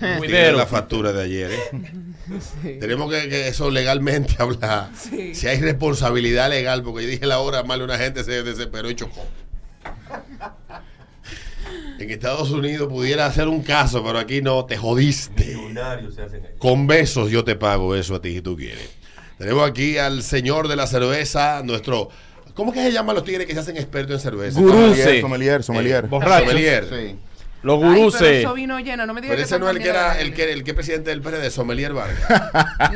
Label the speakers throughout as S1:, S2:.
S1: Eh, Cuidero.
S2: la factura de ayer. ¿eh? Tenemos que, que eso legalmente hablar. Si hay responsabilidad legal, porque yo dije la hora mal, una gente se desesperó y chocó. En Estados Unidos pudiera hacer un caso, pero aquí no, te jodiste. Con besos yo te pago eso a ti si tú quieres. Tenemos aquí al señor de la cerveza, nuestro... ¿Cómo que se llaman los tigres que se hacen expertos en cerveza?
S1: Gurú.
S3: Sommelier, sommelier, sommelier.
S1: Eh, borracho.
S2: Sommelier.
S3: Sí.
S1: Los
S4: Ay, pero
S1: guruses.
S4: eso vino lleno, no me digas
S2: Pero
S4: que
S2: ese
S4: fue
S2: no es el que
S4: Miguel
S2: era
S4: Ángel.
S2: el que, el que presidente del PRD, Sommelier Vargas.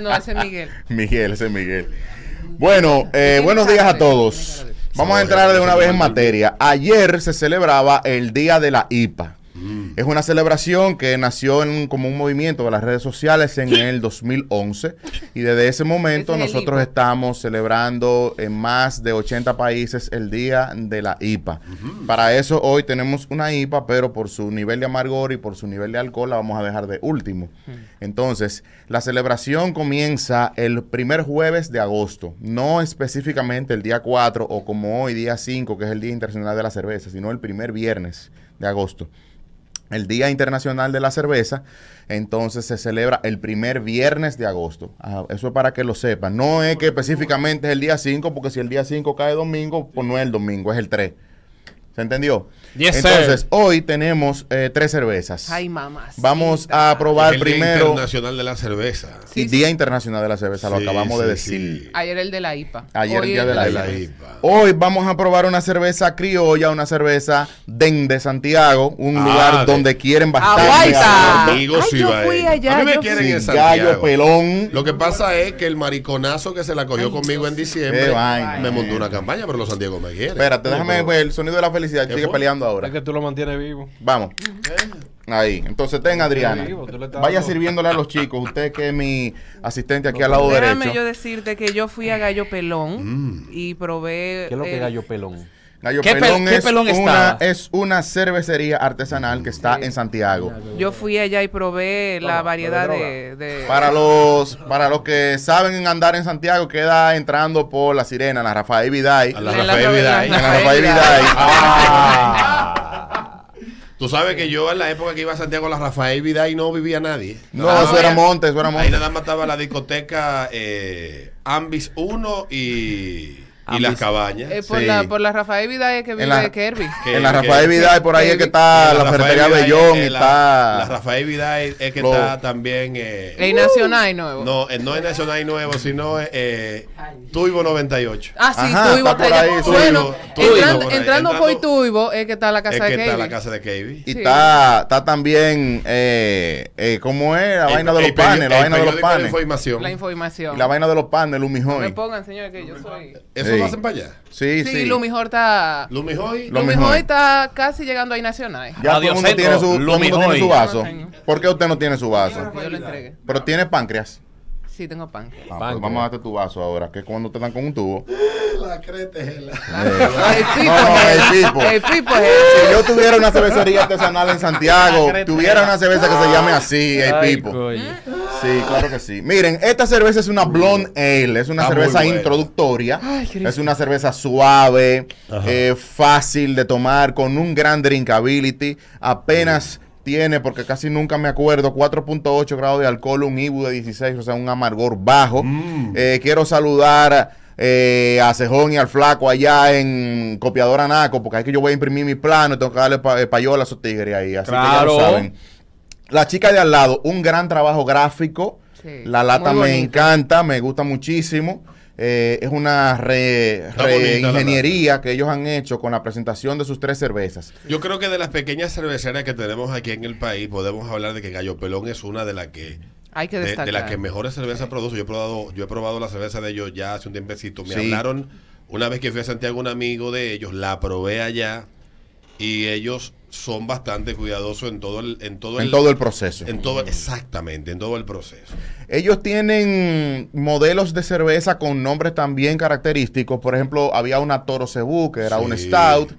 S4: No, ese es Miguel.
S3: Miguel, ese es Miguel. Bueno, eh, buenos días a todos. Vamos a entrar de una vez en materia. Ayer se celebraba el Día de la IPA.
S1: Mm.
S3: Es una celebración que nació en, como un movimiento de las redes sociales en el 2011 y desde ese momento
S4: Ese es el
S3: nosotros
S4: IPA.
S3: estamos celebrando en más de 80 países el Día de la IPA. Para eso hoy tenemos una IPA, pero por su nivel de amargor y por su nivel de alcohol la vamos a dejar de último.
S4: Hmm.
S3: Entonces, la celebración comienza el primer jueves de agosto, no específicamente el día 4 o como hoy día 5, que es el Día Internacional de la Cerveza, sino el primer viernes de agosto el Día Internacional de la Cerveza, entonces se celebra el primer viernes de agosto. Ah, eso es para que lo sepan. No es que específicamente es el día 5, porque si el día 5 cae domingo, pues no es el domingo, es el 3. ¿Se entendió?
S1: Yes, sir.
S3: entonces, hoy tenemos eh, tres cervezas.
S4: Ay, mamás.
S3: Vamos a probar
S2: El Día
S3: primero
S2: Internacional de la Cerveza.
S3: el Día Internacional de la Cerveza, lo
S2: Sí,
S3: acabamos de
S2: sí,
S3: decir.
S2: sí.
S4: Ayer el de la IPA.
S3: Ayer
S4: Hoy
S3: día de la,
S2: de la
S3: IPA.
S2: IPA.
S3: Hoy vamos a probar una cerveza criolla, una cerveza den de Santiago, un
S2: Ah,
S3: lugar
S2: de-
S3: donde quieren bastante.
S4: Aguaita.
S2: Amigos,
S4: Ah, Ay, yo
S2: Ibaeños.
S4: fui allá,
S2: A mí me
S4: yo
S2: quieren
S3: Sí,
S2: en
S3: gallo
S2: Santiago.
S3: pelón.
S2: Lo que pasa es que el mariconazo que se la cogió conmigo en
S3: Qué
S2: diciembre
S3: vaina.
S2: me montó una campaña, pero los Santiago me quieren.
S3: Espérate,
S2: No,
S3: déjame
S2: pero-
S3: ver el sonido de la felicidad. Sigue
S2: fue?
S3: peleando ahora.
S1: Es que tú lo mantienes vivo.
S3: Vamos. Ahí. Entonces ten, Adriana.
S1: vivo, tú le estás
S3: Vaya
S1: dando-
S3: sirviéndole a los chicos. Usted que es mi asistente aquí al lado
S4: Déjame
S3: derecho.
S4: yo decirte que yo fui a Gallo Pelón y probé.
S1: ¿Qué es lo que
S4: el-
S1: gallo pelón?
S3: Gallo
S1: ¿Qué pel-
S3: Pelón,
S1: qué
S3: es,
S1: pelón
S3: una,
S1: estaba?
S3: es una cervecería artesanal que está en Santiago.
S4: Yo fui allá y probé la variedad de, de-
S3: Para los, para los que saben andar en Santiago, queda entrando por la sirena, la Rafael Vidal.
S2: A
S3: En
S2: la
S4: de la-
S2: Rafael Vidal.
S4: la-
S3: la Rafael Vidal.
S1: Ah.
S2: Tú sabes que yo en la época que iba a Santiago, la Rafael Vidal y no vivía nadie.
S3: No,
S2: Nada
S3: eso
S2: más-
S3: era Montes, eso era
S2: Ahí
S3: Montes.
S2: nada más estaba la discoteca eh, Ambis 1 y, y Las Cabañas.
S4: Eh, por,
S3: Sí.
S4: la, por la Rafael Vidal que vive
S3: la-
S4: Kirby.
S2: Que-
S3: En la
S2: que-
S3: Rafael Vidal, por ahí es que está
S2: Y
S3: la
S2: Rafael
S3: ferretería
S2: Vidal,
S3: Bellón y
S2: eh, la- La
S3: está.
S2: Rafael Vidal es que
S3: Lo-
S2: está también. eh,
S4: El Nacional nuevo.
S2: No, eh, no es Nacional y Nuevo, sino eh, eh, Tuibo 98.
S4: Ah, sí,
S3: Ajá,
S4: Tuibo
S3: está por
S4: está allá.
S3: ahí,
S4: Bueno,
S2: Tuibo, Tuibo,
S4: entrando,
S2: por ahí,
S4: entrando por
S2: entrando-
S4: Tuibo es que está Ah, la
S2: es
S4: casa
S2: que
S4: de
S2: está la
S4: Kirby.
S2: casa de KB.
S3: Y
S4: Sí.
S3: está, está también, eh, eh, ¿cómo es? La
S2: El-
S3: vaina de
S2: el
S3: los panes, la
S2: periódico-
S3: vaina de los
S2: el periódico
S3: panes.
S2: información.
S4: La información.
S3: Y la vaina de los panes,
S4: me
S3: Lumijoy.
S4: pongan, señores, que yo soy.
S2: Eso
S3: Sí.
S2: lo hacen para allá.
S3: Sí,
S4: Sí,
S3: sí.
S4: Lumijor está.
S2: Lumijoy.
S3: Lo
S4: Lumijoy
S3: mejor.
S4: está casi llegando ahí Nacional.
S3: Ya todo el
S1: Radio
S3: mundo
S1: Centro,
S3: tiene su, todo el mundo tiene
S1: Lumijoy.
S3: su vaso.
S4: Yo no
S3: ¿Por qué usted no tiene su vaso?
S4: Yo lo entregué.
S3: Pero tiene páncreas.
S4: Sí, tengo pan.
S3: Ah, pues
S1: Páncreas.
S3: vamos a darte tu vaso ahora, que cuando te dan con un tubo. Eh,
S2: La crete es la.
S4: El
S3: No, no, el pipo.
S4: El pipo es
S3: Si yo tuviera una cervecería artesanal en Santiago, tuviera una cerveza que se
S2: Ah.
S3: llame así, el
S1: Ay,
S3: pipo.
S1: coño.
S3: Sí, claro que sí. Miren, esta cerveza es una blonde ale, es una
S2: Está muy
S3: cerveza
S2: buena.
S3: introductoria, es una cerveza suave, eh, fácil de tomar, con un gran drinkability, apenas tiene, porque casi nunca me acuerdo, 4.8 grados de alcohol, un IBU de 16, o sea, un amargor bajo. Eh, quiero saludar eh, a Cejón y al Flaco allá en Copiadora Naco, porque ahí que yo voy a imprimir mi plano y tengo que darle pa- eh, payola a esos tigres ahí. Así que
S1: Claro.
S3: ya lo saben. La chica de al lado, un gran trabajo gráfico.
S4: Sí,
S3: la lata
S4: muy
S3: me
S4: bonito.
S3: encanta, me gusta muchísimo. Eh, es una re-
S2: Está bonita la
S3: reingeniería que ellos han hecho con la presentación de sus tres cervezas.
S2: Yo creo que de las pequeñas cerveceras que tenemos aquí en el país, podemos hablar de que Gallo Pelón es una de las que
S4: Hay que
S2: de- de,
S4: destacar.
S2: las que mejores cervezas produce. Yo he probado, yo he probado la cerveza de ellos ya hace un tiempecito. Me
S3: Sí.
S2: hablaron una vez que fui a Santiago un amigo de ellos, la probé allá y ellos son bastante cuidadosos en todo el en todo
S3: En
S2: el,
S3: todo el proceso.
S2: en todo exactamente en todo el proceso.
S3: Ellos tienen modelos de cerveza con nombres también característicos. Por ejemplo, había una Toro Cebú, que era
S2: Sí.
S3: un stout.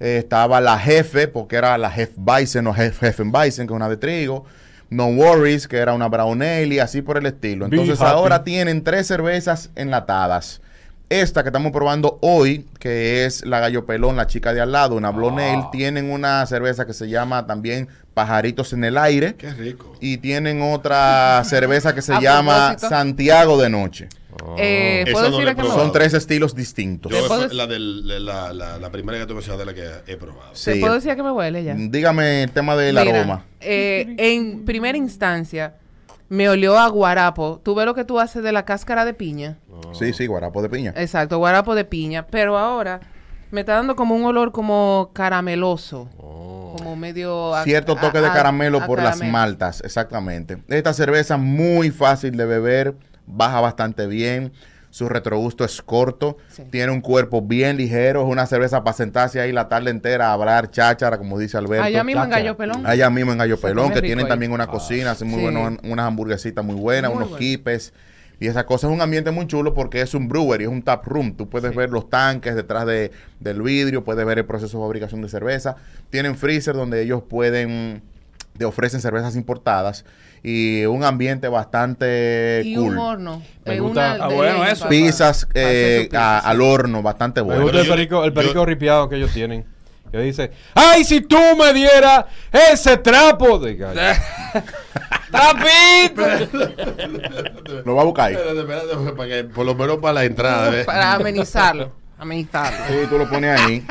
S3: Eh, estaba la Jefe, porque era la Jefe Bison o Jefe Bison, que es una de trigo. No Worries, que era una Brown Ale, y así por el estilo.
S1: Be
S3: Entonces
S1: happy.
S3: ahora tienen tres cervezas enlatadas. Esta que estamos probando hoy, que es la Gallo Pelón, la chica de al lado, una Blonde Ale, tienen una cerveza que se llama también Pajaritos en el Aire
S2: Qué rico.
S3: y tienen otra cerveza que se
S4: A
S3: llama
S4: propósito.
S3: Santiago de Noche.
S4: Eh,
S3: Oh.
S2: Esa
S4: ¿Puedo
S2: no
S4: decir
S2: la
S4: a
S2: he
S4: qué me
S2: probado.
S3: Son
S4: voy?
S3: tres estilos distintos.
S2: Yo he pro-
S4: puedes-
S2: la, del- de la, la- la primera que tú mencionaste es la que he probado.
S4: ¿Se
S3: Sí.
S4: puedo decir a qué me huele ya?
S3: Dígame el tema del
S4: Mira,
S3: aroma.
S4: eh, en primera instancia, me olió a guarapo. Tú ves lo que tú haces de la cáscara de piña.
S3: Sí, sí, guarapo de piña.
S4: Exacto, guarapo de piña. Pero ahora me está dando como un olor como carameloso. Como medio... a-
S3: Oh. Cierto toque de
S4: a- a-
S3: caramelo
S4: a
S3: por las
S4: caramelo.
S3: maltas, exactamente. Esta cerveza muy fácil de beber, baja bastante bien. Su retrogusto es corto,
S4: Sí.
S3: tiene un cuerpo bien ligero, es una cerveza para sentarse ahí la tarde entera a hablar cháchara, como dice Alberto.
S4: Allá mismo en Gallo Pelón.
S3: Allá mismo en Gallo
S4: Se
S3: Pelón,
S4: come
S3: que
S4: rico
S3: tienen
S4: ahí.
S3: también una cocina, hacen muy
S4: Sí.
S3: buenos- unas hamburguesitas muy buenas,
S4: Muy
S3: unos
S4: bueno.
S3: quipes. Y esa cosa es un ambiente muy chulo porque es un brewery, es un tap room. Tú puedes ver los tanques detrás de, del vidrio, puedes ver el proceso de fabricación de cerveza. Tienen freezer donde ellos pueden, te ofrecen cervezas importadas y un ambiente bastante
S4: Y
S3: cool.
S4: un horno.
S1: Me
S4: Eh,
S1: gusta-
S4: una
S1: ah,
S4: de
S1: bueno,
S4: leña,
S1: eso.
S4: papá.
S3: Pizzas
S4: Para hacer
S3: eh,
S4: tu pizza,
S3: a-
S4: sí.
S3: al horno, bastante
S1: Me
S3: bueno.
S1: gusta el
S2: yo-
S1: perico, el perico
S2: yo-
S1: ripiado que ellos tienen. Que dice, ¡ay, si tú me dieras ese trapo! De gallo. ¡Trapito!
S3: Lo va a buscar ahí.
S2: Espérate, espérate, porque para que- por lo menos para la entrada. ¿ves?
S4: Para amenizarlo. Amenizarlo.
S3: Sí, tú lo pones ahí.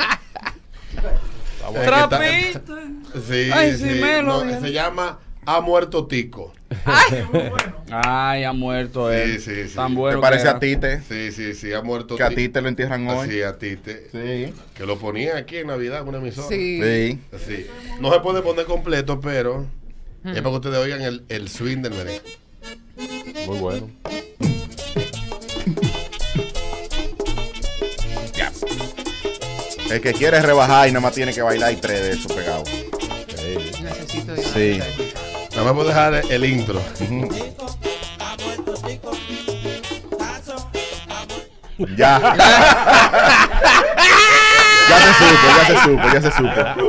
S2: Es que está-
S4: Trapito.
S2: Sí,
S5: Ay,
S2: sí,
S5: sí, me
S2: no,
S5: lo dieron.
S2: se llama Ha muerto Tico.
S5: Ay, ha muerto
S2: Sí,
S5: él.
S2: sí, sí.
S5: Tan
S2: ¿Te
S5: bueno.
S3: ¿Te parece
S5: que
S3: a
S5: era.
S3: Tite?
S2: Sí, sí, sí, ha muerto
S3: Que a ti te lo entierran
S2: Ah,
S3: hoy.
S2: Sí, a Tite.
S3: Sí.
S2: Que lo ponía aquí en Navidad en una emisora.
S4: Sí.
S3: Sí.
S2: Sí. No se puede poner completo, pero
S4: Mm.
S2: es para que ustedes oigan el, el swing del merengue.
S1: Muy bueno.
S3: El que quiere rebajar y nada más tiene que bailar y tres de esos pegados.
S4: Necesito ir a
S3: Sí.
S2: Nada más puedo dejar el intro.
S3: Ya. ya se supo, ya se supo, ya se supo.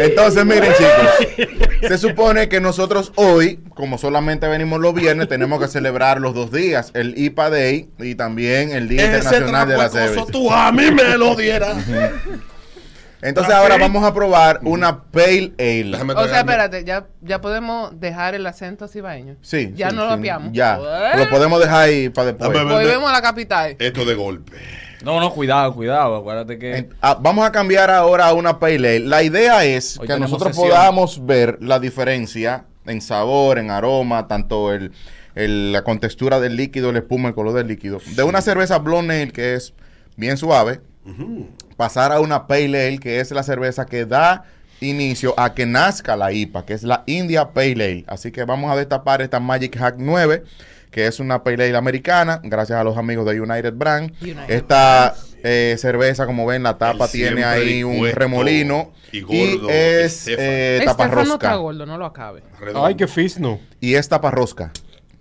S3: Entonces, miren, chicos. Se supone que nosotros hoy, como solamente venimos los viernes, tenemos que celebrar los dos días: el IPA Day y también el Día Internacional de la
S2: trapuecoso
S3: Cerveza.
S2: tú a mí me lo dieras.
S3: Entonces, ahora vamos a probar una Pale Ale.
S2: Déjame
S4: O sea,
S2: tragarme.
S4: espérate, ya, ya podemos dejar el acento cibaeño.
S3: Sí.
S4: Ya
S3: sí,
S4: no lo
S3: sí,
S4: apiamos.
S3: Ya. Lo podemos eh, dejar ahí para después.
S4: Volvemos a la capital.
S2: Esto de golpe.
S5: No, no, cuidado, cuidado. Acuérdate que.
S3: En- ah, vamos a cambiar ahora a una pale ale. La idea es
S5: Hoy
S3: que
S5: tenemos
S3: nosotros
S5: sesión.
S3: podamos ver la diferencia en sabor, en aroma, tanto el, el- la contextura del líquido, la espuma, el color del líquido. De una cerveza blonde ale que es bien suave, pasar a una pale ale que es la cerveza que da inicio a que nazca la IPA, que es la India Pale Ale. Así que vamos a destapar esta Magic Hack 9, que es una pale ale americana, gracias a los amigos de United Brand.
S4: United
S3: Esta eh, cerveza, como ven, la tapa
S2: El
S3: tiene
S2: siempre
S3: ahí un
S2: dispuesto
S3: remolino
S2: y gordo,
S3: y
S2: Estefan.
S3: es eh,
S4: Estefano Este está
S3: taparrosca.
S4: gordo, no lo acabe.
S2: Redondo.
S1: ¡Ay, qué fisno!
S3: Y es taparrosca.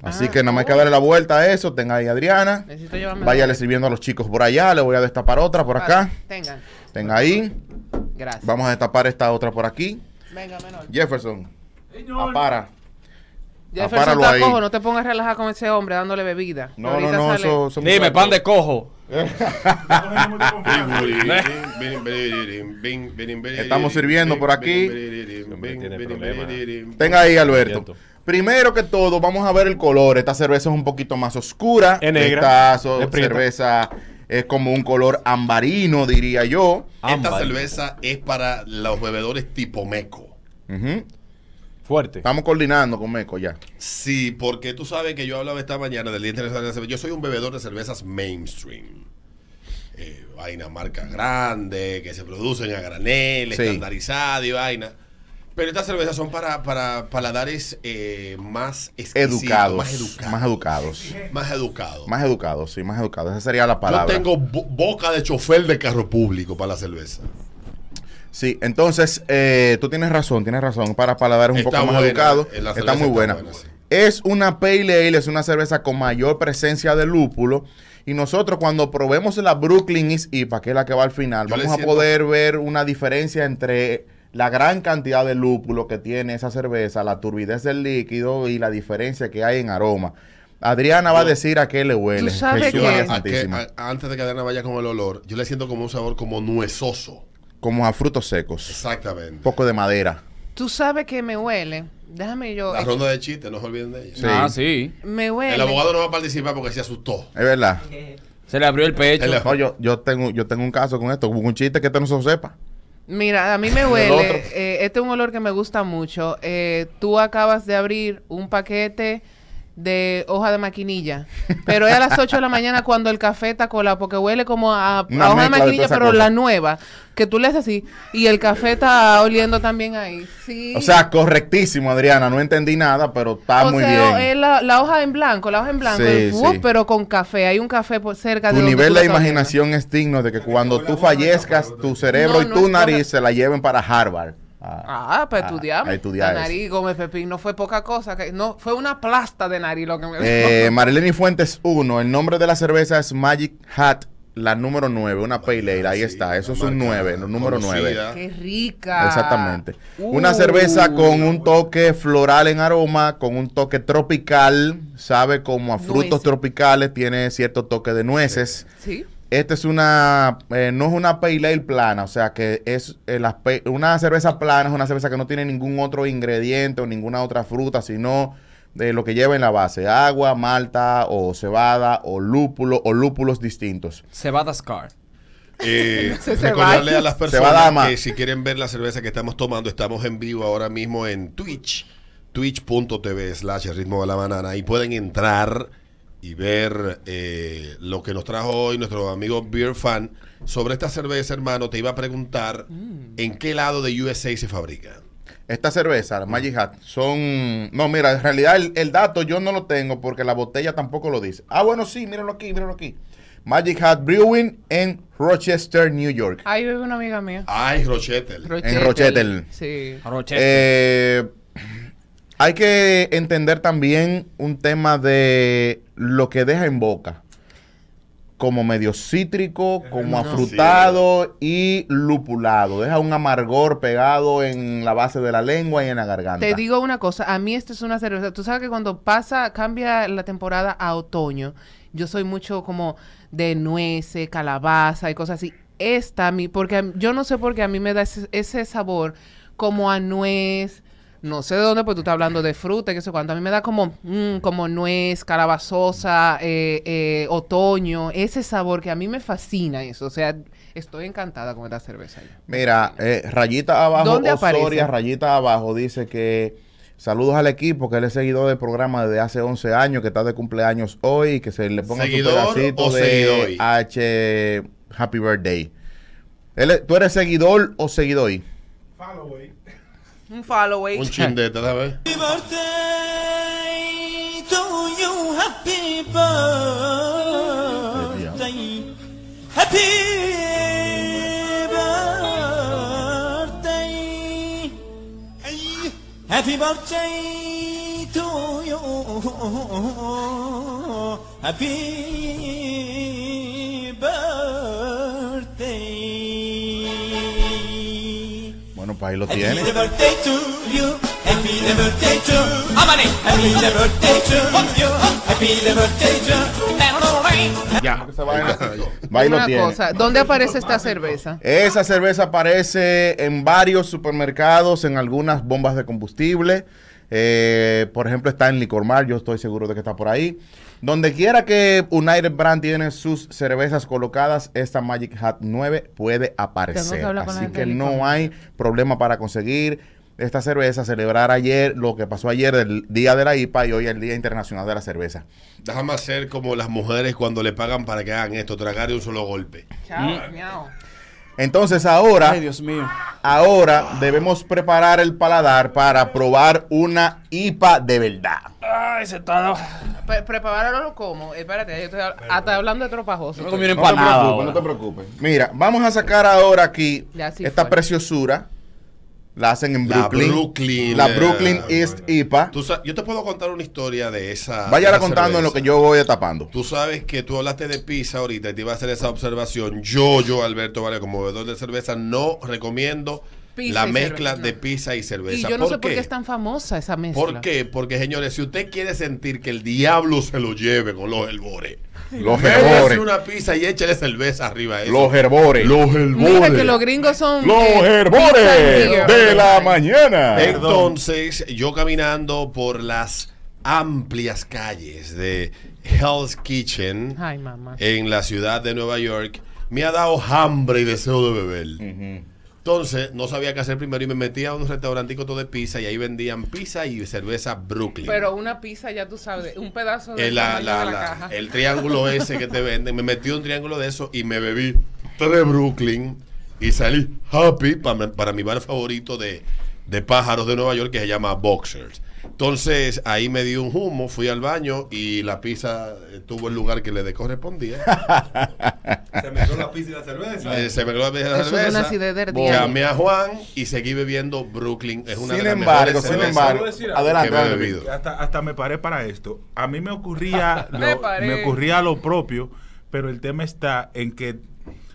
S3: Así
S4: Ah,
S3: que nada más hay que darle la vuelta a eso. Tenga ahí a Adriana.
S4: Necesito llevarme.
S3: Váyale sirviendo a los chicos por allá. Le voy a destapar otra por acá.
S4: Tengan.
S3: Tenga ahí.
S4: Gracias.
S3: Vamos a destapar esta otra por aquí.
S4: Venga, menor.
S3: Jefferson. Ah, Apara.
S4: Jefferson
S3: apáralo
S4: está
S3: ahí.
S4: cojo, no te pongas a relajar con ese hombre dándole bebida.
S3: No, no,
S4: Ahorita
S3: no,
S4: sale-
S3: eso eso-
S5: Dime, pan de cojo.
S3: Este Estamos sirviendo por aquí. Tenga ahí, Alberto. Primero que todo, vamos a ver el color. Esta cerveza es un poquito más oscura.
S1: Es negra.
S3: Esta so-
S1: Es prieta.
S3: cerveza es como un color ambarino, diría yo.
S2: Esta
S1: Ámbar.
S2: cerveza es para los bebedores tipo meco.
S3: Ujú.
S1: Fuerte.
S3: Estamos coordinando con Meco ya.
S2: Sí, porque tú sabes que yo hablaba esta mañana del Día Internacional de la Cerveza. Yo soy un bebedor de cervezas mainstream. Eh, vaina marca grande, que se producen a granel,
S3: Sí.
S2: estandarizada y vaina. Pero estas cervezas son para, para paladares eh, más exquisitos,
S3: Educados.
S2: Más educados.
S3: Más educados.
S2: Más educados.
S3: Más educados, sí, más educados. Esa sería la
S2: Yo
S3: palabra.
S2: tengo bo- boca de chofer de carro público para la cerveza.
S3: Sí, entonces eh, tú tienes razón, tienes razón. Para paladares un
S2: Está
S3: poco más
S2: buena,
S3: educados,
S2: eh, la
S3: está
S2: cerveza
S3: muy
S2: está
S3: buena.
S2: buena, sí.
S3: Es una pale ale, es una cerveza con mayor presencia de lúpulo. Y nosotros cuando probemos la Brooklyn East IPA, que es la que va al final,
S2: Yo le
S3: vamos a
S2: siento-
S3: poder ver una diferencia entre la gran cantidad de lúpulo que tiene esa cerveza, la turbidez del líquido y la diferencia que hay en aroma. Adriana va a decir a qué le huele.
S4: sabes
S3: Jesús
S4: que-
S3: María
S2: A que-
S3: Santísima.
S2: a- antes de que Adriana vaya con el olor, yo le siento como un sabor como nuezoso.
S3: Como a frutos secos, un
S2: Exactamente.
S3: poco de madera.
S4: Tú sabes que me huele. Déjame yo.
S2: La ronda de chistes, no se olviden de ella.
S3: Sí.
S5: Ah, sí.
S4: Me
S2: El
S4: huele.
S2: abogado no va a participar porque se asustó.
S3: Es verdad.
S5: Se le abrió el pecho.
S2: El-
S3: No, yo, yo tengo, yo tengo un caso con esto, hubo un chiste que usted no se lo sepa.
S4: Mira, a mí me
S3: otro.
S4: huele. eh, este es un olor que me gusta mucho. Eh, tú acabas de abrir un paquete de hoja de maquinilla, pero es a las 8 de la mañana cuando el café está colado, porque huele como a, a
S3: Una mezcla
S4: hoja de
S3: de toda
S4: maquinilla,
S3: esa
S4: pero
S3: cosa.
S4: la nueva, que tú le haces así, y el café está oliendo también ahí. Sí.
S3: O sea, correctísimo, Adriana, no entendí nada, pero está
S4: O
S3: muy
S4: sea,
S3: bien.
S4: es la, la hoja en blanco, la hoja en blanco,
S3: Sí,
S4: el fu-
S3: sí.
S4: pero con café, hay un café por cerca
S3: Tu
S4: donde
S3: nivel
S4: tú
S3: de
S4: lo estás
S3: imaginación es digno de que cuando tú fallezcas, tu cerebro
S4: No,
S3: y
S4: no
S3: tu
S4: es
S3: nariz
S4: correcto.
S3: se la lleven para Harvard. Ah,
S4: Ah, para
S3: Ah,
S4: estudiar.
S3: a estudiar
S4: La nariz, Gómez Pepín, no fue poca cosa. Que, no, fue una plasta de nariz lo que me
S3: Eh, Marilene Fuentes 1, el nombre de la cerveza es Magic Hat, la número 9, una pale ale, ahí
S2: Ah, Sí,
S3: está, eso es
S2: una
S3: un
S2: marca
S3: 9, el número 9.
S2: conocida.
S4: Qué rica.
S3: Exactamente.
S4: Uh.
S3: Una cerveza con un toque floral en aroma, con un toque tropical, sabe como a frutos
S4: Nueces.
S3: tropicales, tiene cierto toque de nueces.
S4: Sí.
S3: Esta es una, eh, no es una pale ale plana, o sea que es eh, las pa- una cerveza plana, es una cerveza que no tiene ningún otro ingrediente o ninguna otra fruta, sino de lo que lleva en la base, agua, malta o cebada o lúpulo o lúpulos distintos.
S5: Se va a atascar.
S2: Eh,
S4: Se- se
S2: recordarle
S4: va.
S2: a las
S3: Se va, dama.
S2: personas que si quieren ver la cerveza que estamos tomando, estamos en vivo ahora mismo en Twitch, twitch.tv slash el ritmo de la banana y pueden entrar y ver eh, lo que nos trajo hoy nuestro amigo Beer Fan sobre esta cerveza, hermano. Te iba a preguntar
S4: Mm.
S2: en qué lado de USA se fabrica.
S3: Esta cerveza, la Magic Hat, son. No, mira, en realidad el, el dato yo no lo tengo porque la botella tampoco lo dice. Ah, bueno, sí, mírenlo aquí, mírenlo aquí. Magic Hat Brewing en Rochester, New York.
S4: Ahí vive una amiga mía.
S2: Ay, Rochette.
S3: En Rochetel.
S4: Sí.
S5: Rochester.
S3: Eh, hay que entender también un tema de lo que deja en boca. Como medio cítrico, como afrutado y lupulado. Deja un amargor pegado en la base de la lengua y en la garganta.
S4: Te digo una cosa, a mí esta es una cerveza. Tú sabes que cuando pasa, cambia la temporada a otoño, yo soy mucho como de nueces, calabaza y cosas así. Esta a mí, porque a mí- yo no sé por qué a mí me da ese, ese sabor como a nuez, no sé de dónde, pues tú estás hablando de fruta, que sé cuánto. A mí me da como, mm, como nuez, calabazosa, eh, eh, otoño, ese sabor que a mí me fascina eso. O sea, estoy encantada con esta cerveza.
S3: Mira, eh, rayita abajo,
S4: ¿Dónde
S3: Osoria,
S4: aparece?
S3: rayita abajo, dice que saludos al equipo, que él es seguidor del programa desde hace 11 años, que está de cumpleaños hoy, y que se le ponga
S2: ¿Seguidor
S3: su pedacito
S2: o
S3: de
S2: seguidoy?
S3: H Happy Birthday. Él es- ¿Tú eres seguidor o seguidor?
S4: Un follow,
S2: Un chindete, ¿sabes?
S3: Bueno, pues ahí lo tiene. Ya. Va ahí lo
S4: una
S3: tiene.
S4: cosa, ¿dónde aparece esta cerveza?
S3: Esa cerveza aparece en varios supermercados, en algunas bombas de combustible, Eh, por ejemplo, está en Licor Mar, yo estoy seguro de que está por ahí. Donde quiera que United Brand tiene sus cervezas colocadas, esta Magic Hat 9 puede aparecer.
S4: hablar con la
S3: Así
S4: gente
S3: que
S4: de
S3: no
S4: Licor Mar.
S3: hay problema para conseguir esta cerveza, celebrar ayer lo que pasó ayer del Día de la IPA y hoy el Día Internacional de la Cerveza.
S2: Déjame hacer como las mujeres cuando le pagan para que hagan esto, tragar de un solo golpe.
S4: Chao, miau.
S3: Entonces ahora...
S5: Ay, Dios mío.
S3: Ahora debemos preparar el paladar para probar una IPA de verdad.
S5: Ay, se está.
S4: Pre- Prepáralo como. Espérate, yo estoy hab- hasta hablando de tropajoso.
S5: Yo me comí una
S3: No te
S5: empanada.
S3: preocupes, no
S5: ahora.
S3: te preocupes. Mira, vamos a sacar ahora aquí
S4: Ya, sí,
S3: esta
S4: fuerte.
S3: preciosura. La hacen en
S2: La
S3: Brooklyn.
S2: Brooklyn,
S3: La
S2: eh,
S3: Brooklyn East IPA.
S2: Tú sa- yo te puedo contar una historia de esa. de
S3: Váyala
S2: esa
S3: contando en lo
S2: cerveza.
S3: que yo voy tapando.
S2: Tú sabes que tú hablaste de pizza ahorita y te iba a hacer esa observación. Yo, yo, Alberto Vargas, como bebedor de cerveza, no recomiendo
S4: Pizza
S2: la
S4: y
S2: mezcla
S4: cerveza, no.
S2: de pizza y cerveza.
S4: Y yo no sé por qué es tan famosa esa mezcla.
S2: ¿Por qué? Porque, señores, si usted quiere sentir que el diablo se lo lleve con los helbores,
S3: Los
S2: métase
S3: herbores.
S2: una pizza y échele cerveza arriba a eso.
S3: Los herbores.
S2: Los
S4: Mira que
S2: helbores.
S4: los gringos son.
S3: Los
S4: eh, pizza
S3: herbores
S4: and
S3: de
S4: beer.
S3: la mañana.
S2: Entonces, yo caminando por las amplias calles de Hell's Kitchen
S4: Ay, mamá.
S2: en la ciudad de Nueva York, me ha dado hambre y deseo de beber. Entonces, no sabía qué hacer primero y me metí a un restaurantico todo de pizza y ahí vendían pizza y cerveza Brooklyn.
S4: Pero una pizza, ya tú sabes, un pedazo de
S2: el, la-
S4: tamaño
S2: la-
S4: de la
S2: la-
S4: caja.
S2: el triángulo ese que te venden. Me metí un triángulo de eso y me bebí tres Brooklyn y salí happy pa- para, mi bar favorito de, de pájaros de Nueva York que se llama Boxers. Entonces ahí me di un humo, fui al baño y la pizza eh, tuvo el lugar que le de- correspondía.
S6: Se mezcló la pizza y la cerveza.
S2: Eh, se me quedó la pizza de
S4: Eso es una
S2: cerveza.
S4: acidez del
S2: Llamé
S4: diario.
S2: a Juan y seguí bebiendo Brooklyn. Es una
S3: Sin
S2: de las
S3: embargo,
S2: mejores
S3: sin
S2: cervezas
S3: embargo.
S6: que me he
S3: Adelante,
S2: bebido.
S3: adelante.
S6: Hasta, hasta me paré para esto. A mí me ocurría, lo,
S4: Me paré.
S6: me ocurría lo propio, pero el tema está en que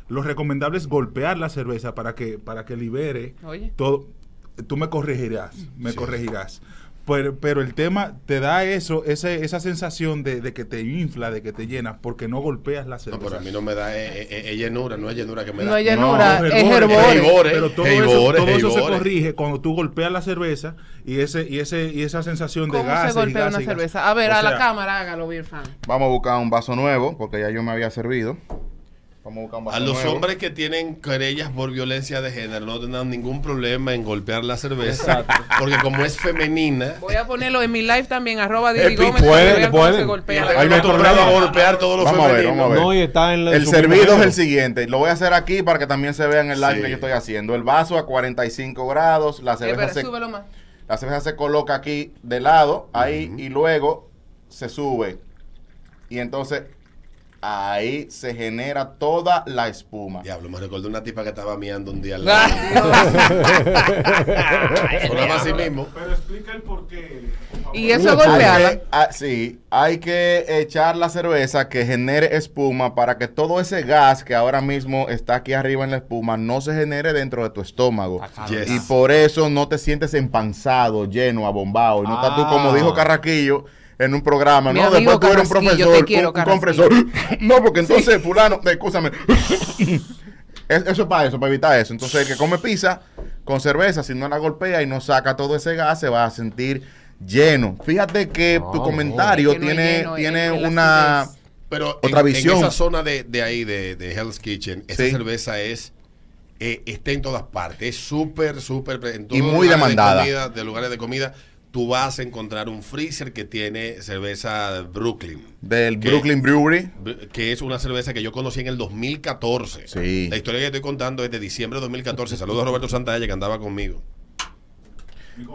S6: lo recomendable es golpear la cerveza para que, para que libere
S4: Oye.
S6: todo. Tú me corregirás, me corregirás. Pero, pero el tema te da eso, ese, esa sensación de, de que te infla, de que te llena, porque no golpeas la
S2: No,
S6: cerveza.
S2: pero a mí no me da eh, eh, eh, llenura, no es llenura que me da.
S4: No hay llanura,
S6: No,
S4: es
S2: herbores.
S4: herbores.
S2: Herbores,
S6: Pero todo,
S2: herbores,
S6: eso, todo eso se
S2: herbores.
S6: corrige cuando tú golpeas la cerveza y ese y ese y esa sensación de
S4: ¿Cómo
S6: gases.
S4: se
S6: y
S4: golpea
S6: gases
S4: una
S6: y gases.
S4: cerveza? A ver,
S6: O
S4: a la
S6: sea,
S4: cámara, hágalo, bien fan.
S3: Vamos a buscar un vaso nuevo porque ya yo me había servido. Vamos a buscar un vaso
S2: A los
S3: nuevo.
S2: hombres que tienen querellas por violencia de género no tendrán ningún problema en golpear la cerveza, porque como es femenina,
S4: Voy a ponerlo en mi live también, arroba Didi Gómez.
S1: puede,
S4: para que vean cómo
S1: puede.
S4: se golpea. Eh,
S2: hay
S3: no hay
S2: a
S3: problema.
S2: golpear todo lo
S3: Vamos a ver,
S2: femenino.
S3: vamos a ver.
S1: No, y está en la-
S3: El
S1: su
S3: servido es
S1: primero.
S3: el siguiente. Lo voy a hacer aquí para que también se vea en el live
S2: Sí.
S3: que yo estoy haciendo. El vaso a 45 grados. La
S4: Eh,
S3: cerveza,
S4: Espera,
S3: se,
S4: súbelo más.
S3: la cerveza se coloca aquí de lado, ahí, y luego se sube. Y entonces ahí se genera toda la espuma.
S2: Diablo, me recordé una tipa que estaba miando un día al programa así
S4: Ay,
S2: mismo.
S6: Pero explica el porqué.
S4: Y eso es
S3: Hay
S4: golpeada.
S3: que- ah, sí, hay que echar la cerveza que genere espuma para que todo ese gas que ahora mismo está aquí arriba en la espuma no se genere dentro de tu estómago.
S2: Yes.
S3: Y por eso no te sientes empanzado, lleno, abombado. Y no estás tú, como dijo Carraquillo en un programa,
S4: Mi
S3: ¿no?
S4: amigo
S3: Después tú eres un
S4: Carrasquillo,
S3: profesor,
S4: te quiero,
S3: un- un, compresor. No, porque entonces fulano, eh, escúchame. Es- Eso es para eso, para evitar eso. Entonces, el que come pizza con cerveza, si no la golpea y no saca todo ese gas, se va a sentir lleno. Fíjate que tu comentario
S4: Que no es
S3: tiene,
S4: lleno, es
S3: tiene
S4: el
S3: una...
S4: acidez.
S2: Pero
S3: Otra
S2: en,
S3: visión.
S2: en esa zona de, de ahí, de, de Hell's Kitchen, esa
S3: Sí.
S2: cerveza es eh, está en todas partes. Es súper, súper. pre- en
S3: Y
S2: todos los
S3: muy
S2: lugares de
S3: demandada.
S2: comida- de lugares de comida, tú vas a encontrar un freezer que tiene cerveza Brooklyn.
S3: Del
S2: ¿Qué?
S3: Brooklyn Brewery.
S2: que es una cerveza que yo conocí en el 2014.
S3: Sí.
S2: La historia que estoy contando es de diciembre de 2014. Saludos a Roberto Santalla que andaba conmigo.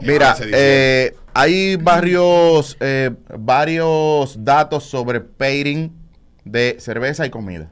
S3: Mira,
S2: Ese diciembre.
S3: eh, hay varios, eh, varios datos sobre pairing de cerveza y comida.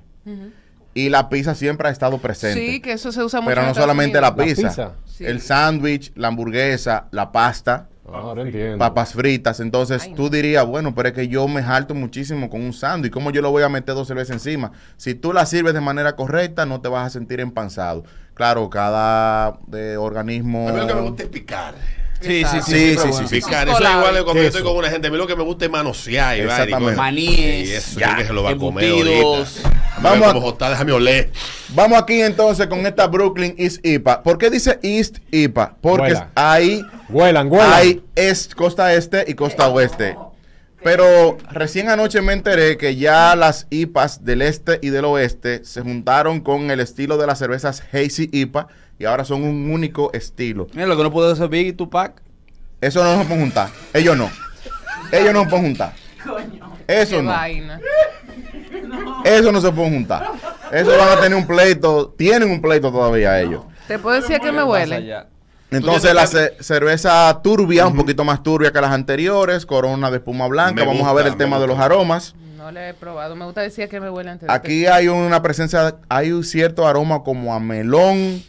S3: Y la pizza siempre ha estado presente.
S4: Sí, que eso se usa mucho.
S3: Pero
S4: en
S3: no
S4: Estados
S3: solamente la
S4: Unidos.
S3: pizza,
S1: pizza.
S4: Sí.
S3: el sándwich, la hamburguesa, la pasta,
S1: Ah, Ahora entiendo.
S3: papas fritas. Entonces
S4: Ay,
S3: tú dirías, bueno, pero es que yo me jalto muchísimo con un sándwich. ¿Cómo yo le voy a meter dos cervezas encima? Si tú la sirves de manera correcta, no te vas a sentir empanzado. Claro, cada eh, organismo.
S2: A mí lo que me gusta es picar.
S5: Sí, sí, sí.
S3: Sí, sí, sí, sí.
S2: Picar.
S4: Eso
S2: Eso es igual que
S4: es colado.
S2: cuando yo estoy con una gente. A mí lo que me gusta es manosear. y vaina y
S3: Exactamente.
S2: cosas.
S5: Maníes,
S2: Y eso,
S3: ya,
S2: yo que se lo va a comer
S5: embutidos.
S2: ahorita.
S3: Vamos
S2: como
S3: a-
S2: Jotá, déjame oler.
S3: Vamos aquí entonces con esta Brooklyn East IPA. ¿Por qué dice East IPA? Porque
S1: Huela.
S3: ahí
S1: Huelan, huelan.
S3: hay es, costa este y costa oeste. Pero recién anoche me enteré que ya las IPAs del este y del oeste se juntaron con el estilo de las cervezas Hazy IPA y ahora son un único estilo.
S7: Mira, lo que no pudo hacer Big y Tupac.
S3: Eso no nos pueden juntar. Ellos no. Ellos no nos pueden juntar. Eso
S4: Qué
S3: no.
S4: vaina.
S3: Eso no se pueden juntar. Eso van a tener un pleito. Tienen un pleito todavía ellos.
S4: Te puedo decir que me huele.
S7: allá.
S3: Entonces la ce- cerveza turbia, un poquito más turbia que las anteriores, corona de espuma blanca,
S2: Me
S3: vamos a
S2: gusta,
S3: ver el
S2: me
S3: tema de los
S2: gusta.
S3: aromas.
S4: No le he probado. Me gusta decir que me huele antes. de
S3: Aquí hay una presencia, hay un cierto aroma como a melón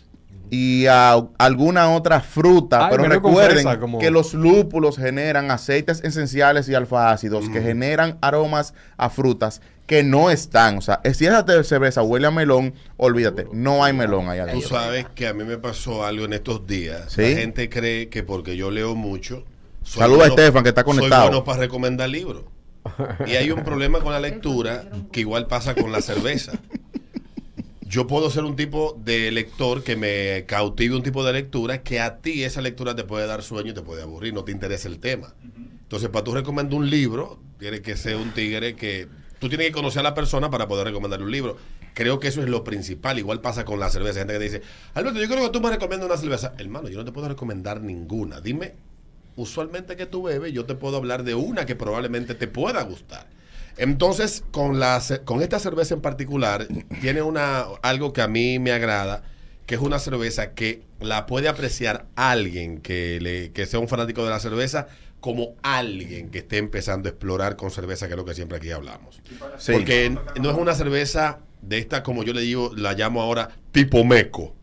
S3: y a alguna otra fruta,
S1: Ay,
S3: pero
S1: melón con
S3: recuerden
S1: fresa, como-
S3: que los lúpulos generan aceites esenciales y alfaácidos
S2: Mm.
S3: que generan aromas a frutas que no están, o sea, si esa te- cerveza huele a melón, olvídate, no hay melón ahí
S2: Tú
S3: adentro.
S2: sabes que a mí me pasó algo en estos días.
S3: Sí.
S2: La gente cree que porque yo leo mucho. soy
S3: Saluda a Estefan, que está conectado.
S2: Soy bueno para recomendar libros. Y hay un problema con la lectura que igual pasa con la cerveza. Yo puedo ser un tipo de lector que me cautive un tipo de lectura que a ti esa lectura te puede dar sueño y te puede aburrir, no te interesa el tema. Entonces, para tú recomendar un libro, tiene que ser un tigre que... Tú tienes que conocer a la persona para poder recomendarle un libro. Creo que eso es lo principal. Igual pasa con la cerveza. Hay gente que te dice, Alberto, yo creo que tú me recomiendas una cerveza. Hermano, yo no te puedo recomendar ninguna. Dime, usualmente que tú bebes, yo te puedo hablar de una que probablemente te pueda gustar. Entonces, con, la, ce- con esta cerveza en particular, tiene una, algo que a mí me agrada, que es una cerveza que la puede apreciar alguien que, le, que sea un fanático de la cerveza, como alguien que esté empezando a explorar con cerveza, que es lo que siempre aquí hablamos.
S3: Sí.
S2: Porque no es una cerveza de esta, como yo le digo, la llamo ahora, tipo meco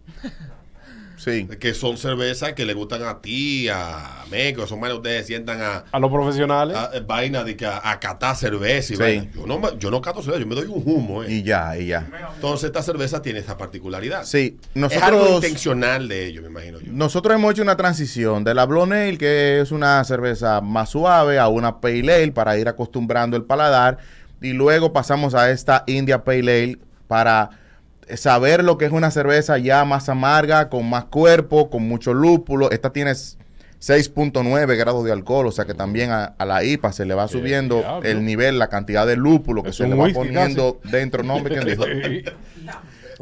S3: Sí.
S2: que son cervezas que le gustan a ti, a Meco, son manes ustedes se sientan a,
S1: A los profesionales.
S2: a- eh, vaina de que a, a catar cerveza y
S3: Sí.
S2: vaina. Yo no, me- yo no cato cerveza, yo me doy un humo. eh.
S3: Y ya, y ya.
S2: Entonces esta cerveza tiene esta particularidad.
S3: Sí,
S2: es algo
S3: nosotros
S2: intencional de ellos, me imagino yo.
S3: Nosotros hemos hecho una transición de la Blonde Ale, que es una cerveza más suave, a una Pale Ale para ir acostumbrando el paladar. Y luego pasamos a esta India Pale Ale para saber lo que es una cerveza ya más amarga, con más cuerpo, con mucho lúpulo. Esta tiene 6.9 grados de alcohol, o sea que también a, a la IPA se le va subiendo
S1: diablo.
S3: el nivel, la cantidad de lúpulo que
S1: Es
S3: se
S1: un
S3: le va
S1: whisky
S3: poniendo dentro. No, hombre, ¿quién dijo?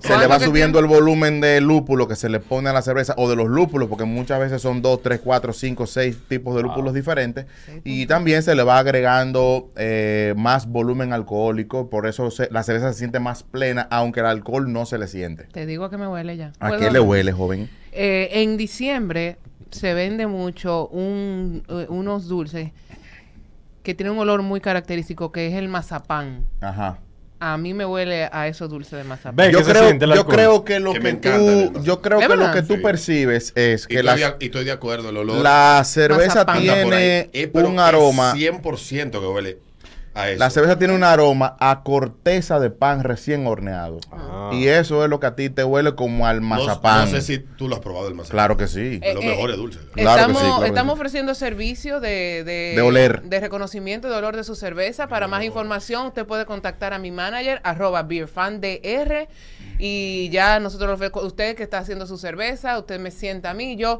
S3: Se le
S4: ¿Cuánto
S3: va
S4: que
S3: subiendo el volumen de lúpulo que se le pone a la cerveza o de los lúpulos, porque muchas veces son dos, tres, cuatro, cinco, seis tipos de lúpulos diferentes. Y también se le va agregando eh, más volumen alcohólico, por eso se- la cerveza se siente más plena, aunque el alcohol no se le siente.
S4: Te digo que me huele ya.
S3: ¿A
S4: ¿Puedo
S3: qué le
S4: hablar?
S3: huele, joven?
S4: Eh, en diciembre se vende mucho un, eh, unos dulces que tienen un olor muy característico, que es el mazapán.
S3: Ajá.
S4: A mí me huele a esos dulces de mazapán.
S1: Ve,
S3: Yo
S1: que se
S3: creo,
S1: siente el
S3: yo
S1: alcohol.
S3: creo que lo
S2: Que
S3: que,
S2: me encanta el
S3: tú,
S2: alcohol.
S3: yo creo
S4: ¿Es
S3: que lo
S4: verdad?
S3: que tú
S2: Sí.
S3: percibes es
S2: Y
S3: que
S2: estoy,
S3: la,
S2: de, y estoy de acuerdo, el olor
S3: la cerveza
S4: Mazapán.
S2: anda por ahí.
S3: tiene
S2: Eh, pero
S3: un
S2: es
S3: aroma.
S2: 100% que huele a eso.
S3: La cerveza tiene un aroma a corteza de pan recién horneado.
S1: Ah.
S3: Y eso es lo que a ti te huele como al
S2: No-
S3: mazapán.
S2: No, sé si tú lo has probado el mazapán.
S3: Claro que sí.
S4: Eh,
S2: Lo
S4: eh,
S2: mejor es dulce.
S3: Claro que
S4: estamos
S3: sí, claro que
S4: estamos
S3: sí.
S4: ofreciendo servicio de, de,
S3: De oler.
S4: de reconocimiento de olor de su cerveza. Para más información, usted puede contactar a mi manager, arroba beerfandr. Y ya nosotros, lo ofre- usted que está haciendo su cerveza, usted me sienta a mí, yo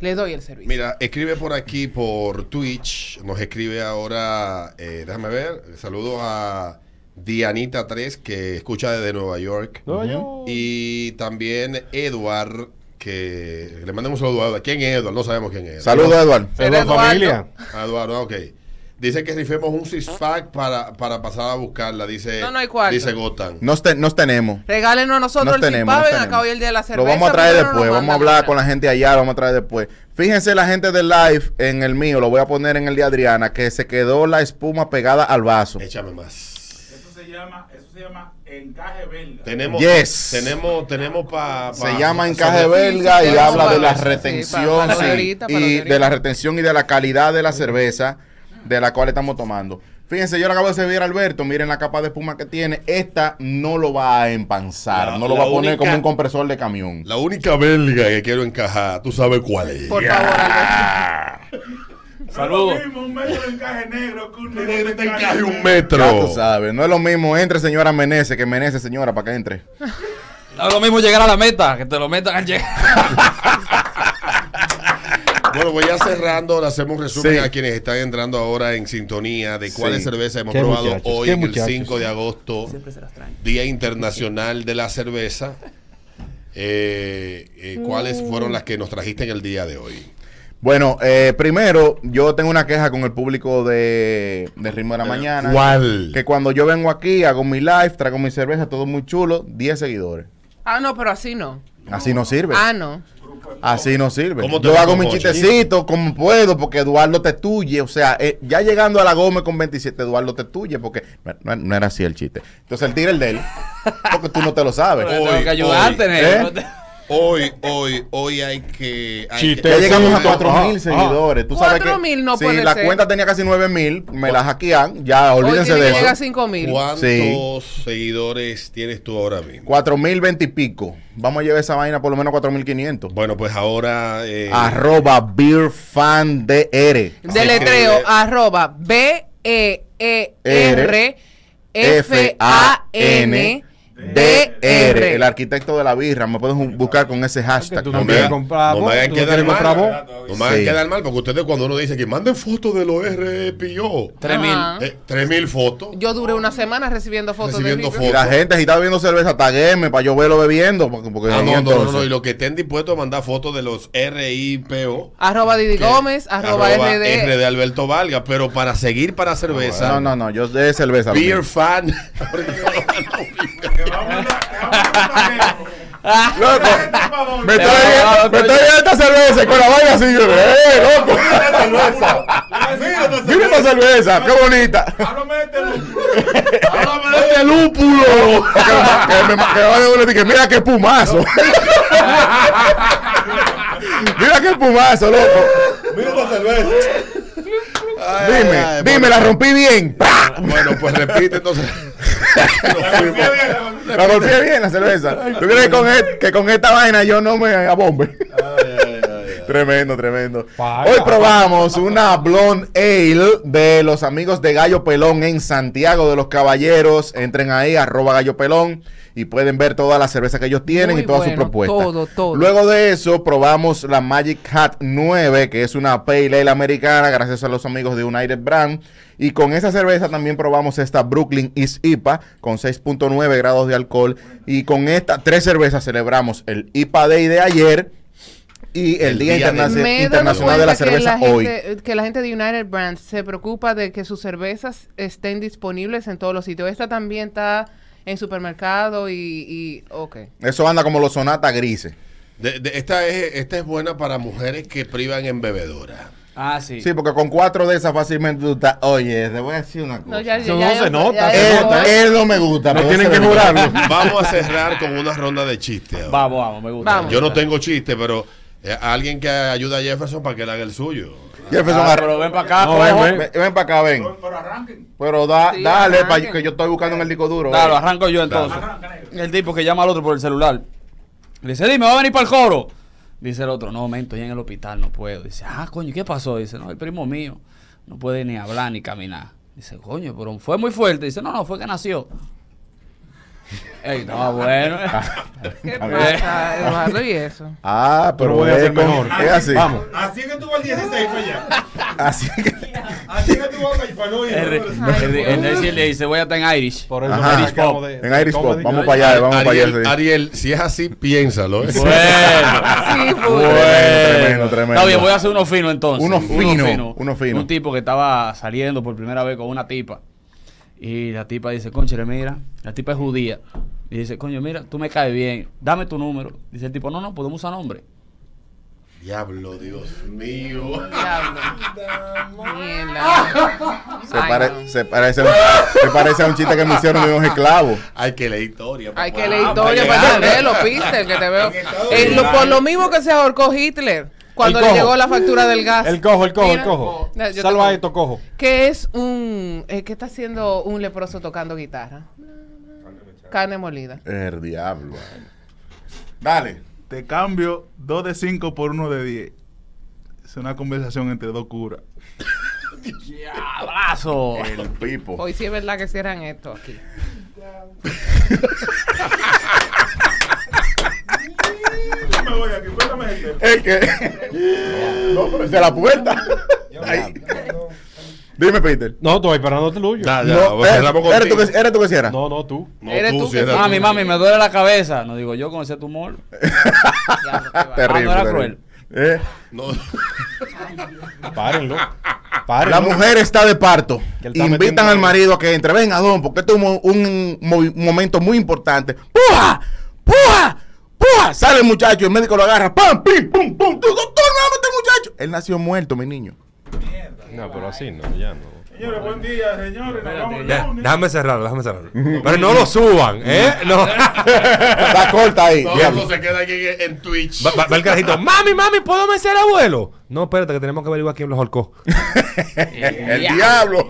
S4: le doy el servicio.
S2: Mira, escribe por aquí, por Twitch. Nos escribe ahora, eh, déjame ver, saludo a Dianita 3, que escucha desde Nueva York.
S1: Nueva York.
S2: Y también Edward, que le mandamos un saludo a Edward. ¿Quién es Edward? No sabemos quién es.
S3: Saludos, Eduardo.
S1: Es
S4: Pero
S1: la
S4: Eduardo-
S1: familia.
S2: A Eduardo, ah, ok. Dice que rifemos un six pack para, para pasar a buscarla, dice,
S4: No, no hay cuarto.
S2: dice Gotan.
S3: Nos, te- nos tenemos.
S4: Regálenos a nosotros
S3: Nos
S4: el
S3: tenemos,
S4: cipao,
S3: nos
S4: ven acá
S3: tenemos.
S4: hoy el día de la cerveza.
S3: Lo vamos a traer
S4: primero nos
S3: después. Vamos a
S4: mandan
S3: hablar
S4: una.
S3: con la gente allá. Lo vamos a traer después. Fíjense la gente del live en el mío. Lo voy a poner en el de Adriana. Que se quedó la espuma pegada al vaso.
S2: Échame más.
S6: Eso se llama, eso se llama encaje belga.
S2: Tenemos,
S3: Yes.
S2: tenemos, tenemos para...
S3: Se llama encaje belga
S4: sí,
S3: y
S4: sí,
S3: habla
S4: sí,
S3: de
S4: sí,
S3: la
S4: sí,
S3: retención
S4: para- para
S3: sí,
S4: ahorita, para
S3: y
S4: ahorita.
S3: de la retención y de la calidad de la cerveza de la cual estamos tomando. Fíjense, yo le acabo de servir a Alberto, miren la capa de espuma que tiene, esta no lo va a
S2: La-
S3: empanzar, no lo
S2: la
S3: va a poner
S2: única-
S3: como un compresor de camión.
S2: La única belga que quiero encajar, tú sabes cuál es.
S4: Por favor, Alberto.
S5: Saludos.
S6: un metro de encaje negro que un
S2: negro
S6: de
S2: encaje
S3: Un metro. Ya tú sabes, no es lo mismo entre señora Menece que Menece señora para que entre.
S7: No es lo mismo llegar a la meta, que te lo metan al llegar.
S2: Bueno, voy ya cerrando, le hacemos un resumen
S3: Sí.
S2: a quienes están entrando ahora en sintonía de cuáles
S3: Sí.
S2: cervezas hemos
S3: Qué
S2: probado
S3: muchachos,
S2: hoy,
S3: qué
S2: en el
S3: muchachos.
S2: 5 de agosto,
S7: Siempre se las traen.
S2: Día Internacional de la Cerveza. Eh, eh, ¿Cuáles
S3: Mm.
S2: fueron las que nos trajiste en el día de hoy?
S3: Bueno, eh, primero, yo tengo una queja con el público de, de Ritmo de la Mañana.
S2: ¿Cuál?
S3: Que cuando yo vengo aquí, hago mi live, traigo mi cerveza, todo muy chulo, 10 seguidores.
S4: Ah, no, pero así no.
S3: Así no sirve.
S4: Ah, no.
S3: Así no sirve.
S2: ¿Cómo te
S3: Yo
S2: va
S3: hago
S2: con
S3: mi
S2: Bochi?
S3: chistecito como puedo, porque Eduardo te tuye. O sea, eh, ya llegando a la Gómez con 27, Eduardo te tuye, porque no, no- no era así el chiste. Entonces él tira el de él, porque tú no te lo sabes. ¿Eh?
S7: Pero tengo que ayudarte,
S3: hoy,
S7: negro.
S3: ¿eh?
S7: No te-
S2: Hoy, hoy, hoy hay que. hay
S3: Ya
S2: que-
S3: llegamos a
S2: Hoy-
S3: 4
S2: Ah,
S3: mil seguidores. Tú sabes que
S4: 4.000 no
S3: si
S4: puede
S3: la
S4: ser.
S3: cuenta tenía casi 9 mil, me la hackean. Ya, olvídense
S4: Hoy tiene
S3: de
S4: que llegar a
S3: eso.
S4: 5 mil.
S2: ¿Cuántos
S3: Sí.
S2: seguidores tienes tú ahora mismo?
S3: 4 mil 20 y pico. Vamos a llevar esa vaina por lo menos 4 mil 500.
S2: Bueno, pues ahora. eh,
S3: Arroba beer fan DR.
S4: Deletreo arroba B E E R F A N
S3: F-A-N-D-R. El arquitecto de la birra. Me pueden ju- buscar con ese hashtag.
S1: tú no
S2: No me
S3: también.
S1: quieres comprar
S2: no me
S1: vos,
S2: hagan
S1: tú no
S2: quedar
S1: quieres
S2: mal.
S1: comprar vos.
S2: No me hagan
S3: Sí.
S2: quedar mal, porque ustedes cuando uno dice que manden fotos de los RPO.
S7: Tres mil.
S4: Ajá.
S2: Eh, Tres mil fotos.
S4: Ah. Yo duré una semana recibiendo fotos
S2: Recibiendo
S4: de
S3: Y
S4: Ricky.
S3: la gente, si está bebiendo cerveza, tagueme para yo verlo bebiendo. Porque, porque
S2: Ah,
S3: ahí
S2: no, no, no,
S3: entonces-
S2: no, Y los que estén dispuestos a mandar fotos de los RIPO.
S4: Arroba Didi
S2: que-
S4: Gómez, arroba, RD.
S2: RD Alberto Valga. Pero para seguir para cerveza.
S3: no, no, no, yo de cerveza. lo
S2: Beer
S3: mío.
S2: fan.
S3: Loco, me
S7: Te vamos a dar
S3: trae
S7: otro
S3: me trae
S7: ya.
S3: esta cerveza y con la vaina así. yo, ¡Eh, loco! ¡Mira esta cerveza! ¡Qué bonita! ¡Este lúpulo! que, me, que me- que me vaya a doler, dije, mira qué pumazo. mira qué pumazo, loco.
S2: Mira la cerveza. Ay,
S3: Dime,
S2: ay,
S3: dime,
S2: bueno.
S3: la rompí bien. ¡Pah!
S2: Bueno, pues repite entonces. Nos fuimos.
S3: La golpeé bien la cerveza. ¿Tú crees que con, e- que con esta vaina yo no me abombe?
S2: Ah.
S3: Tremendo, tremendo.
S1: Paga.
S3: Hoy probamos una blonde ale de los amigos de Gallo Pelón en Santiago de los Caballeros. Entren ahí, arroba Gallo Pelón, y pueden ver todas las cervezas que ellos tienen
S4: Muy
S3: y todas
S4: bueno,
S3: sus propuestas.
S4: todo, todo.
S3: Luego de eso, probamos la Magic Hat 9, que es una pale ale americana, gracias a los amigos de United Brand. Y con esa cerveza también probamos esta Brooklyn East IPA con 6.9 grados de alcohol. Y con estas tres cervezas celebramos el IPA Day de ayer y el,
S2: El
S3: Día,
S2: Día
S3: Interna-
S2: de-
S4: Me he dado
S3: Internacional de la
S4: cuenta que
S3: Cerveza
S4: gente-
S3: hoy.
S4: Que la gente de United Brands se preocupa de que sus cervezas estén disponibles en todos los sitios. Esta también está en supermercado y. y ok.
S3: Eso anda como los sonatas grises.
S2: De- de- esta, es, esta es buena para mujeres que privan en bebedora.
S7: Ah, sí.
S3: Sí, porque con cuatro de esas fácilmente tú estás. Oye, te voy a decir una cosa.
S1: no se nota,
S3: Eh,
S1: se nota.
S3: eh, no me gusta.
S1: No
S3: pero
S1: tienen
S3: esa
S1: que
S3: es la-
S1: jurarlo.
S2: Vamos a cerrar con una ronda de chistes. ahora.
S7: Vamos, vamos, me gusta.
S4: Vamos.
S2: Yo no tengo chiste, pero eh, alguien que ayuda a Jefferson para que le haga el suyo.
S3: Jefferson,
S7: Ah,
S3: arre-
S7: pero ven para acá,
S1: No,
S7: pues.
S1: ven,
S7: Jorge.
S1: ven.
S3: Ven, para acá, ven. Pero arranquen. Pero da-
S4: Sí,
S3: dale, pa-
S4: arranquen.
S3: que yo estoy buscando en el disco duro.
S7: Claro,
S3: eh.
S7: arranco yo entonces. El tipo que llama al otro por el celular. Le dice, dime, ¿va a venir para el coro? Dice el otro, no, momento, ya en el hospital no puedo. Dice, ah, coño, ¿y ¿qué pasó? Dice, no, el primo mío no puede ni hablar ni caminar. Dice, coño, pero fue muy fuerte. Dice, no, no, fue que nació. Ey, no, bueno.
S4: ¿Qué
S3: Está bien.
S4: pasa, Eduardo? ¿Y eso?
S3: Ah, pero
S1: Pero voy a
S3: es
S1: ser
S3: con-
S1: mejor.
S3: Es así.
S1: Vamos.
S5: Así que tuvo el 16
S6: pues,
S5: fue ya.
S3: Así que.
S5: Así que tuvo el
S6: pues,
S7: El, el- el decir, le dice, voy a estar en Irish.
S1: Por eso
S3: Ajá.
S1: Irish Pop.
S3: En Irish Pop.
S1: Comedy.
S3: Vamos para allá, vamos para allá.
S2: Ariel,
S3: sí.
S2: Ariel, si es así, piénsalo. ¿eh?
S7: Bueno.
S4: Sí,
S7: Bueno.
S4: fue.
S3: Tremendo, tremendo.
S7: Está bien, voy a hacer uno fino entonces.
S3: Uno fino,
S7: finos.
S3: uno fino.
S7: Un tipo que estaba saliendo por primera vez con una tipa. Y la tipa dice, conchale, mira, la tipa es judía. Y dice, coño, mira, tú me caes bien, dame tu número. Dice el tipo, no, no, podemos usar nombre.
S2: Diablo, Dios mío.
S4: Diablo. Mierda.
S3: Se,
S4: Ay,
S3: pare-
S4: no.
S3: se parece, a un- se parece a un chiste que me hicieron de unos esclavos.
S2: Hay que leer historia.
S4: Hay
S2: papá.
S4: que leer
S2: Ah,
S4: historia
S2: para
S4: para
S2: llegar.
S4: entenderlo, Peter, que te veo.
S5: Estados
S4: Eh, lo-
S5: Unidos.
S4: por lo mismo que se ahorcó Hitler cuando
S1: El
S4: le
S1: cojo.
S4: llegó la factura del gas.
S1: El cojo, el cojo,
S4: Mira.
S1: el cojo.
S4: No, yo te
S1: Salva
S4: cojo.
S1: esto, cojo.
S4: ¿Qué es un. eh, ¿Qué está haciendo un leproso tocando guitarra? Carne molida.
S3: El diablo. Dale.
S6: Te cambio 2 de 5 por 1 de 10.
S8: Es una conversación entre dos curas.
S9: ¡Abrazo!
S3: El pipo.
S4: Hoy sí es verdad que cierran esto aquí.
S10: me voy aquí, cuéntame este.
S3: Es que. No, pero es de la puerta. Ahí. Dime, Peter.
S1: No, estoy esperando el tuyo.
S2: Ya,
S3: No, vos eh, cerramos eres contigo. tú que- eres tú que cierras.
S1: No, no, tú.
S2: No,
S9: Eres tú, que-
S2: cierra
S9: mami,
S2: tú.
S9: mami, me duele la cabeza. No digo yo con ese tumor.
S3: Terrible.
S9: Ah, no era
S3: terrible.
S9: cruel.
S3: Eh,
S2: No,
S1: Párenlo. Párenlo.
S3: la mujer está de parto.
S1: Que él está
S3: Invitan
S1: metiendo-
S3: al marido a que entre. Venga, don, porque este es un, mo- un mo- momento muy importante. ¡Puja! ¡Puja! ¡Puja! Sale el muchacho, el médico lo agarra. ¡Pam! ¡Pim! ¡Pum! ¡Pum! ¡Tú, doctor, dame este muchacho! Él nació muerto, mi niño.
S1: No, pero así no, ya no.
S10: Señores, buen día, señores. nos vamos
S6: Ya,
S10: lunes.
S6: déjame cerrarlo, déjame cerrarlo. Pero no lo suban, ¿eh? No.
S3: La corta ahí.
S2: todo
S3: diablo.
S2: eso se queda aquí en, en Twitch.
S6: Va, va- va el carajito. Mami, mami, ¿puedo me ser abuelo? No, espérate, que tenemos que averiguar quién los holcó.
S3: El diablo.